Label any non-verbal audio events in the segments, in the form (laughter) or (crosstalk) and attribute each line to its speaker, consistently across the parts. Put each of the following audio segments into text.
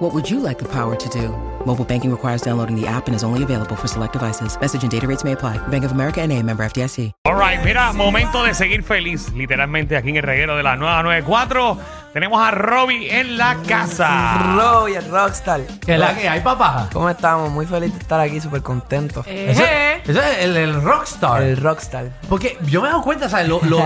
Speaker 1: What would you like the power to do? Mobile banking requires downloading the app and is only available for select devices. Message and data rates may apply. Bank of America and a member FDIC.
Speaker 2: All right, mira, momento de seguir feliz, literalmente aquí en el reguero de la nueva 94. Tenemos a Robbie en la casa.
Speaker 3: Roy, el rockstar.
Speaker 4: ¿Qué es la que hay, papá?
Speaker 3: ¿Cómo estamos? Muy feliz de estar aquí, súper contento.
Speaker 5: Eh.
Speaker 4: Eso, eso es el, el rockstar.
Speaker 3: Eh. El rockstar.
Speaker 4: Porque yo me he dado cuenta, ¿sabes? Lo-
Speaker 3: (laughs)
Speaker 4: lo-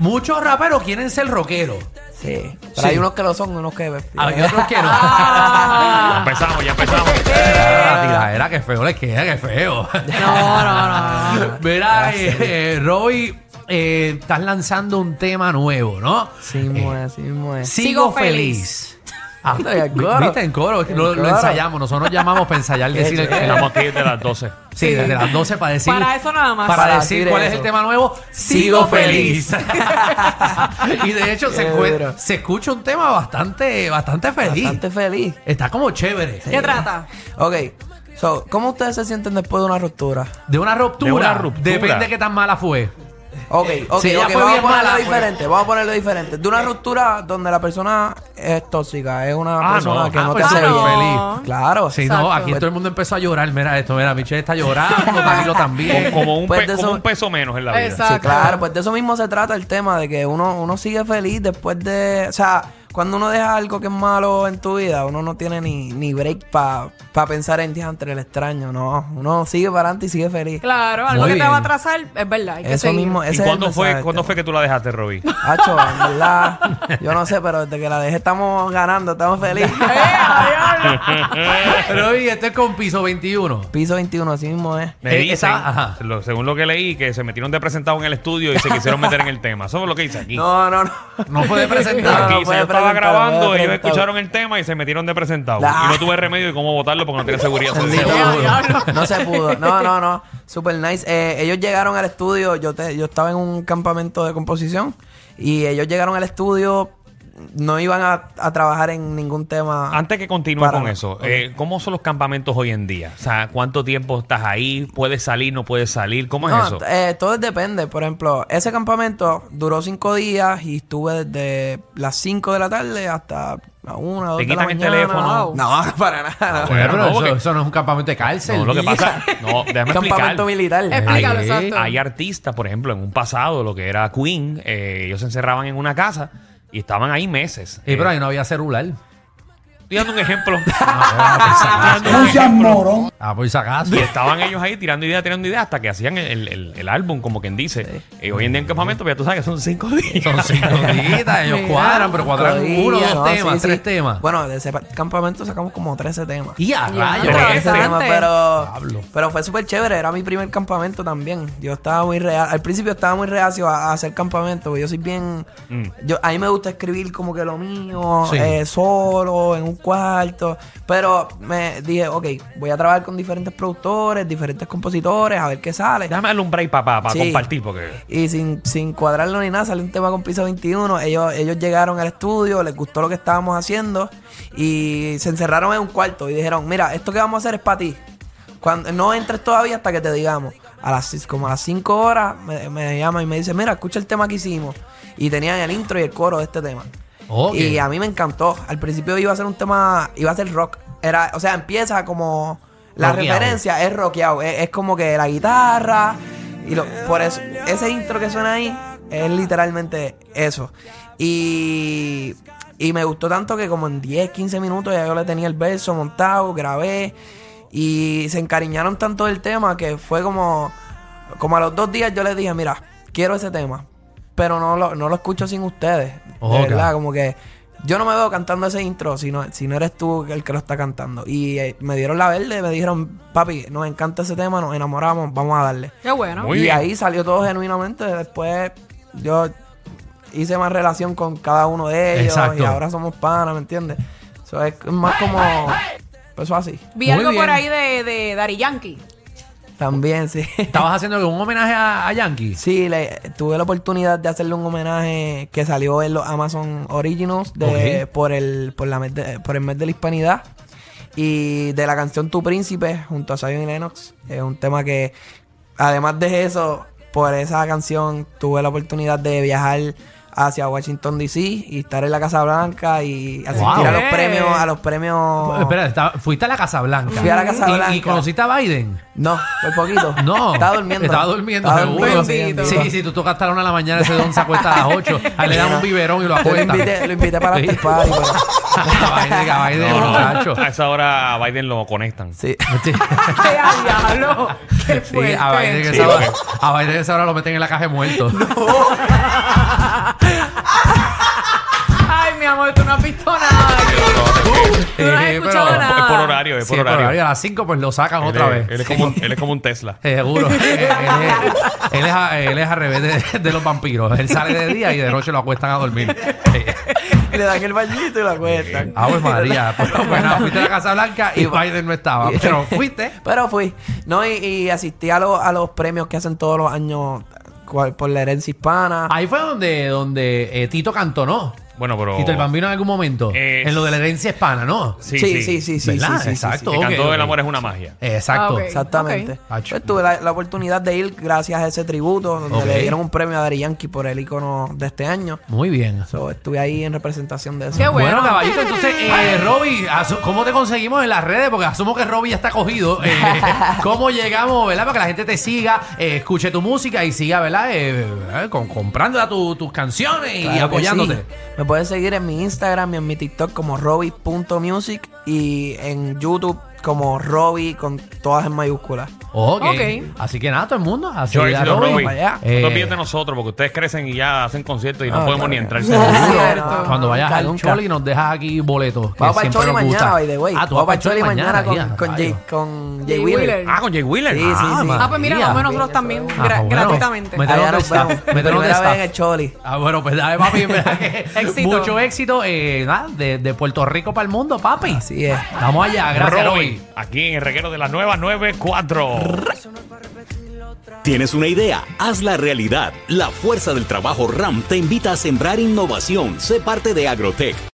Speaker 4: muchos raperos quieren ser rockeros.
Speaker 3: Sí. Pero
Speaker 4: Sí. Ah,
Speaker 3: hay unos que lo son, unos que...
Speaker 4: Hay otros
Speaker 3: (laughs)
Speaker 4: que no.
Speaker 3: Ah,
Speaker 2: Ya empezamos, ya empezamos.
Speaker 4: Era, tiradera, qué feo le queda, qué feo.
Speaker 3: eh. No, no, no.
Speaker 4: (laughs) Mira, eh, eh, Roy, eh, estás lanzando un tema nuevo, ¿no? (laughs) Eh,
Speaker 3: Sí, mismo es, sí mismo es.
Speaker 4: Sigo, feliz. Ah,
Speaker 3: en coro.
Speaker 4: Viste, en coro. es que
Speaker 3: En
Speaker 4: lo, lo
Speaker 3: coro.
Speaker 4: ensayamos. Nosotros nos llamamos para
Speaker 3: (laughs)
Speaker 4: ensayar, decir el, el-
Speaker 2: Estamos aquí desde las 12.
Speaker 4: Sí, desde las 12 para decir.
Speaker 5: Para eso nada más.
Speaker 4: Para,
Speaker 3: Para
Speaker 4: decir
Speaker 3: decir
Speaker 4: cuál es
Speaker 3: eso.
Speaker 4: el tema nuevo, sigo
Speaker 3: Sigo
Speaker 4: feliz. (laughs) y de hecho, se,
Speaker 3: Qué
Speaker 4: encue-
Speaker 3: duro.
Speaker 4: se escucha un tema bastante, bastante feliz.
Speaker 3: Bastante feliz.
Speaker 4: Está como chévere.
Speaker 5: ¿Qué trata?
Speaker 3: Ok. So, ¿cómo ustedes se sienten después de una ruptura?
Speaker 4: De una ruptura.
Speaker 2: De una ruptura.
Speaker 4: Depende de qué tan mala fue.
Speaker 3: Ok, ok,
Speaker 4: Eh, Sí, ella
Speaker 3: ok,
Speaker 4: fue
Speaker 3: vamos a
Speaker 4: bien
Speaker 3: ponerlo
Speaker 4: mala, pues. Eh.
Speaker 3: diferente, vamos a ponerlo diferente. De una ruptura donde la persona es tóxica, es una
Speaker 2: Ah,
Speaker 3: persona
Speaker 2: no.
Speaker 3: que
Speaker 4: Ah,
Speaker 3: no te
Speaker 4: pues
Speaker 3: hace
Speaker 4: sí,
Speaker 3: bien.
Speaker 5: no.
Speaker 4: feliz.
Speaker 3: Claro.
Speaker 4: Sí, no,
Speaker 5: Exacto.
Speaker 4: aquí todo el mundo empezó a llorar. Mira esto, mira, Michelle está
Speaker 5: (laughs)
Speaker 4: llorando, Danilo también.
Speaker 2: Como, como un,
Speaker 3: Pues
Speaker 2: pe-
Speaker 3: de
Speaker 2: como
Speaker 3: eso-
Speaker 2: un peso menos en la vida.
Speaker 5: Exacto.
Speaker 3: Sí, claro, pues de eso mismo se trata el tema, de que uno, uno sigue feliz después de... O sea, cuando uno deja algo que es malo en tu vida, uno no tiene ni, ni break para pensar en días entre el extraño, no. Uno sigue para adelante y sigue feliz.
Speaker 5: Claro, algo
Speaker 4: Muy
Speaker 5: que
Speaker 4: bien.
Speaker 5: te va a atrasar, es verdad. Hay que
Speaker 3: Eso
Speaker 5: seguir. (laughs)
Speaker 3: mismo,
Speaker 2: ¿Y
Speaker 3: ese
Speaker 2: cuándo
Speaker 3: es el mensaje
Speaker 2: fue,
Speaker 3: del
Speaker 2: cuándo
Speaker 3: tema.
Speaker 2: fue que tú la dejaste, Robbie?
Speaker 3: Hacho, en verdad, yo no sé, pero desde que la dejé estamos ganando, estamos
Speaker 5: (laughs)
Speaker 3: felices.
Speaker 5: Eh,
Speaker 4: Pero oye, esto es con piso 21.
Speaker 3: Piso 21, así mismo es.
Speaker 2: Me
Speaker 4: Eh,
Speaker 2: dicen,
Speaker 4: esa- ajá.
Speaker 2: lo- según lo que leí, que se metieron de presentado en el estudio y se quisieron meter en el tema. Eso es lo que dice aquí.
Speaker 3: No, no, no.
Speaker 4: No puede presentar.
Speaker 3: no,
Speaker 2: Aquí
Speaker 3: no
Speaker 2: se
Speaker 3: puede
Speaker 2: estaba
Speaker 3: presentado, no
Speaker 2: grabando,
Speaker 3: puede
Speaker 2: ellos
Speaker 3: presentado.
Speaker 2: escucharon el tema y se metieron de presentado.
Speaker 3: Ah.
Speaker 2: Y no tuve remedio de cómo votarlo porque no tenía seguridad social.
Speaker 3: No se pudo. No, no, no. Super nice. Eh, ellos llegaron al estudio. Yo, te, yo estaba en un campamento de composición. Y ellos llegaron al estudio. No iban a, a trabajar en ningún tema.
Speaker 2: Antes que continúe
Speaker 3: Para-
Speaker 2: con eso, eh, ¿cómo son los campamentos hoy en día? O sea, ¿cuánto tiempo estás ahí? ¿Puedes salir? ¿No puedes salir? ¿Cómo es
Speaker 3: No,
Speaker 2: eso?
Speaker 3: eh, todo depende. Por ejemplo, ese campamento duró cinco días y estuve desde las 5 de la tarde hasta la una, dos
Speaker 2: ¿Te
Speaker 3: de la
Speaker 2: quitan el
Speaker 3: mañana.
Speaker 2: teléfono? Ah, pues,
Speaker 3: No, no, (laughs) para nada.
Speaker 4: Bueno, pero
Speaker 2: No,
Speaker 4: eso,
Speaker 2: porque-
Speaker 4: eso no es un campamento de cárcel.
Speaker 2: No, lo que pasa. No, déjame explicar.
Speaker 3: campamento militar.
Speaker 4: (laughs)
Speaker 5: Explícalo,
Speaker 4: Ahí,
Speaker 5: exacto.
Speaker 2: Hay artistas, por ejemplo, en un pasado, lo que era Queen, eh, ellos se encerraban en una casa y estaban ahí meses.
Speaker 4: Eh, pero
Speaker 2: Eh,
Speaker 4: ahí no había celular.
Speaker 2: estoy dando un (laughs) ejemplo.
Speaker 4: Ah,
Speaker 2: Estoy dando un ejemplo.
Speaker 4: por si acaso.
Speaker 2: Y estaban ellos ahí tirando ideas, tirando ideas, hasta que hacían el, el- el álbum, como quien dice. Eh, hoy en día en campamento, pero ya tú sabes que son cinco días.
Speaker 3: (laughs)
Speaker 4: Son cinco días, ellos
Speaker 5: Mira.
Speaker 4: cuadran, pero cuadran
Speaker 3: Cogía,
Speaker 4: uno, dos
Speaker 3: no,
Speaker 4: temas,
Speaker 3: sí, sí.
Speaker 4: tres temas.
Speaker 3: Bueno, de ese pa- campamento sacamos como 13 temas.
Speaker 4: y a
Speaker 5: Ya,
Speaker 4: rayos.
Speaker 2: Pero
Speaker 3: Pero,
Speaker 2: este-
Speaker 3: tema, pero,
Speaker 4: Pablo.
Speaker 3: pero fue súper chévere, era mi primer campamento también. Yo estaba muy real, al principio estaba muy reacio a, a hacer campamento, porque yo soy bien, yo, a mí me gusta escribir como que lo mío,
Speaker 4: Sí.
Speaker 3: eh, solo, en un cuarto, pero me dije, ok, voy a trabajar con diferentes productores, diferentes compositores, a ver qué sale.
Speaker 2: Déjame darle un break para
Speaker 3: Sí.
Speaker 2: compartir, porque.
Speaker 3: Y sin, sin cuadrarlo ni nada, salió un tema con piso 21. Ellos, ellos llegaron al estudio, les gustó lo que estábamos haciendo y se encerraron en un cuarto y dijeron, mira, esto que vamos a hacer es para ti. Cuando, no entres todavía hasta que te digamos. A las, como a las 5 horas me, me llama y me dice, mira, escucha el tema que hicimos. Y tenían el intro y el coro de este tema.
Speaker 4: Ok.
Speaker 3: Y a mí me encantó. Al principio iba a ser un tema, iba a ser rock. Era, o sea, empieza como la
Speaker 4: Rockeado.
Speaker 3: referencia es rockeado, es, es como que la guitarra y lo, por eso ese intro que suena ahí es literalmente eso. Y y me gustó tanto que como en 10, 15 minutos ya yo le tenía el verso montado, grabé y se encariñaron tanto del tema que fue como como a los dos días yo les dije, mira, quiero ese tema, pero no lo, no lo escucho sin ustedes.
Speaker 4: Ok.
Speaker 3: De verdad, como que yo no me veo cantando ese intro si no, si no eres tú el que lo está cantando. Y eh, me dieron la verde, me dijeron, papi, nos encanta ese tema, nos enamoramos, vamos a darle.
Speaker 5: Qué bueno.
Speaker 2: Muy
Speaker 3: y
Speaker 2: bien.
Speaker 3: ahí salió todo genuinamente. Después yo hice más relación con cada uno de ellos
Speaker 4: Exacto.
Speaker 3: y ahora somos panas, ¿me entiendes? Eso es más como... Empezó pues, así.
Speaker 5: Vi
Speaker 4: Muy
Speaker 5: algo
Speaker 4: bien. (laughs)
Speaker 5: por ahí de, de Daddy Yankee.
Speaker 3: También, sí.
Speaker 4: Estabas haciendo un homenaje a, a Yankee.
Speaker 3: Sí, le- tuve la oportunidad de hacerle un homenaje que salió en los Amazon Originals de,
Speaker 4: Ok.
Speaker 3: por, el, por, la mes de- por el mes de la hispanidad. Y de la canción Tu Príncipe junto a Zion y Lennox. Es un tema que, además de eso, por esa canción tuve la oportunidad de viajar hacia Washington D.C. y estar en la Casa Blanca y asistir
Speaker 4: Wow.
Speaker 3: a los
Speaker 5: Eh.
Speaker 3: premios. A los
Speaker 4: Eh,
Speaker 3: premios.
Speaker 4: Espera, estaba- fuiste a la Casa Blanca.
Speaker 3: Fui a la Casa
Speaker 4: Y-
Speaker 3: Blanca.
Speaker 4: Y, conociste a Biden.
Speaker 3: No, por poquito.
Speaker 4: (laughs)
Speaker 3: (laughs)
Speaker 4: No.
Speaker 3: Estaba durmiendo.
Speaker 4: Estaba durmiendo,
Speaker 3: Estaba
Speaker 4: seguro.
Speaker 3: durmiendo,
Speaker 5: Bendito.
Speaker 4: Sí, sí, tú tocas hasta la una de la mañana, ese don se acuesta a las ocho. Ahí le dan un biberón y
Speaker 3: Yo
Speaker 4: lo
Speaker 3: Lo
Speaker 4: acuesta.
Speaker 3: invité, lo invité para
Speaker 4: Sí.
Speaker 3: after party, pero-
Speaker 4: Biden, (laughs) a Biden,
Speaker 2: No, no,
Speaker 4: muchacho.
Speaker 2: A esa hora a Biden lo conectan.
Speaker 3: Sí.
Speaker 4: Sí.
Speaker 5: ¡Qué al diablo! ¡Qué
Speaker 4: Sí, a Biden,
Speaker 5: fuerte!
Speaker 4: esa hora, a Biden esa hora lo meten en la caja de muertos. (laughs)
Speaker 5: Ay, mi amor, tú no has visto nada.
Speaker 4: Ah,
Speaker 5: Tú no has
Speaker 4: Eh,
Speaker 5: escuchado
Speaker 4: pero-
Speaker 5: nada.
Speaker 2: Es por horario, es
Speaker 4: Sí,
Speaker 2: por horario.
Speaker 4: A las 5 pues lo sacan otra
Speaker 2: Él es-
Speaker 4: vez.
Speaker 2: Él es como un- él es como un Tesla.
Speaker 3: (laughs)
Speaker 4: Eh, Seguro. Eh, él, es, él es a- él es al revés de, de los vampiros. Él sale de día y de noche lo acuestan a dormir. Eh,
Speaker 3: Y (laughs) le dan el bañito y la cuestan.
Speaker 4: Ave María.
Speaker 3: (laughs)
Speaker 4: Pero bueno, fuiste a la Casa Blanca y Biden no estaba. ah, Pero fuiste.
Speaker 3: (laughs) Pero fui. No, y, y asistí a, los- a los premios que hacen todos los años cual- por la herencia hispana.
Speaker 4: Ahí fue donde, donde eh, Tito cantó, ¿no?
Speaker 2: Bueno,
Speaker 3: Oh.
Speaker 2: pero.
Speaker 4: Tito el Bambino en algún momento.
Speaker 2: Es-
Speaker 4: En lo de la herencia hispana, ¿no?
Speaker 2: Sí, sí,
Speaker 3: sí, sí, sí, sí,
Speaker 4: ¿Verdad?
Speaker 3: sí, sí,
Speaker 4: Exacto.
Speaker 3: sí,
Speaker 2: El
Speaker 4: Ok,
Speaker 2: canto
Speaker 4: ok.
Speaker 2: del amor es una magia.
Speaker 4: Exacto.
Speaker 5: Ah, ok.
Speaker 3: Exactamente.
Speaker 5: Ok.
Speaker 4: Ach.
Speaker 3: Pues tuve la, la oportunidad de ir gracias a ese tributo donde
Speaker 4: Ok.
Speaker 3: le dieron un premio a Dari Yankee por el icono de este año.
Speaker 4: Muy bien.
Speaker 3: So, estuve ahí en representación de eso.
Speaker 5: Qué
Speaker 4: Bueno,
Speaker 5: Bueno.
Speaker 4: caballito, entonces, eh, Roby, asu- ¿cómo te conseguimos en las redes? Porque asumo que Roby ya
Speaker 3: (laughs)
Speaker 4: está cogido. Eh, ¿Cómo llegamos, verdad? Para que la gente te siga, eh, escuche tu música y siga, ¿verdad? Eh, eh, con, comprando tu- tus canciones y
Speaker 3: Claro que
Speaker 4: apoyándote.
Speaker 3: sí. Me puedes seguir en mi Instagram y en mi TikTok como robbie.music y en YouTube como Robbie con todas en mayúsculas.
Speaker 4: Ok.
Speaker 5: Ok.
Speaker 4: Así que nada, todo el mundo. Así
Speaker 2: Joyce y
Speaker 4: a
Speaker 2: los Robby,
Speaker 4: Roby.
Speaker 3: Robin. allá.
Speaker 4: Eh,
Speaker 2: no te olvides de nosotros porque ustedes crecen y ya hacen conciertos y no
Speaker 3: Ah,
Speaker 2: podemos
Speaker 3: claro.
Speaker 2: ni entrar.
Speaker 3: Sí,
Speaker 2: seguro.
Speaker 3: no,
Speaker 4: Cuando vayas
Speaker 3: nunca,
Speaker 4: al
Speaker 3: nunca.
Speaker 4: Choli nos dejas aquí boletos. que
Speaker 3: Vamos para el
Speaker 4: siempre
Speaker 3: Choli
Speaker 4: nos gusta.
Speaker 3: mañana, by the way.
Speaker 4: Ah, tú
Speaker 3: vamos para el Choli mañana
Speaker 4: ya,
Speaker 3: con, con,
Speaker 4: rayo.
Speaker 3: Jay, con
Speaker 5: Jay
Speaker 3: Jay Wheeler.
Speaker 5: Wheeler.
Speaker 2: Ah, con Jay Wheeler.
Speaker 3: Sí, sí, sí.
Speaker 5: Ah, pues mira,
Speaker 4: María.
Speaker 5: vamos a nosotros también
Speaker 4: Ah,
Speaker 5: gra-
Speaker 4: bueno.
Speaker 5: gratuitamente.
Speaker 4: Me- Mételo
Speaker 3: Allá
Speaker 4: donde
Speaker 3: nos
Speaker 4: está.
Speaker 3: vemos.
Speaker 4: Mételo donde
Speaker 3: Primera
Speaker 4: está.
Speaker 3: vez en el Choli.
Speaker 4: Ah, bueno, pues dale,
Speaker 3: (laughs)
Speaker 4: papi, en verdad que
Speaker 5: Éxito.
Speaker 4: mucho éxito eh, nada, de, de Puerto Rico para el mundo, papi.
Speaker 3: Así es.
Speaker 4: Estamos allá, gracias, Roby.
Speaker 2: Robby, Ah, aquí en el reguero de la nueva 94.
Speaker 6: ¿Tienes una idea? Hazla realidad. La fuerza del trabajo RAM te invita a sembrar innovación. Sé parte de Agrotech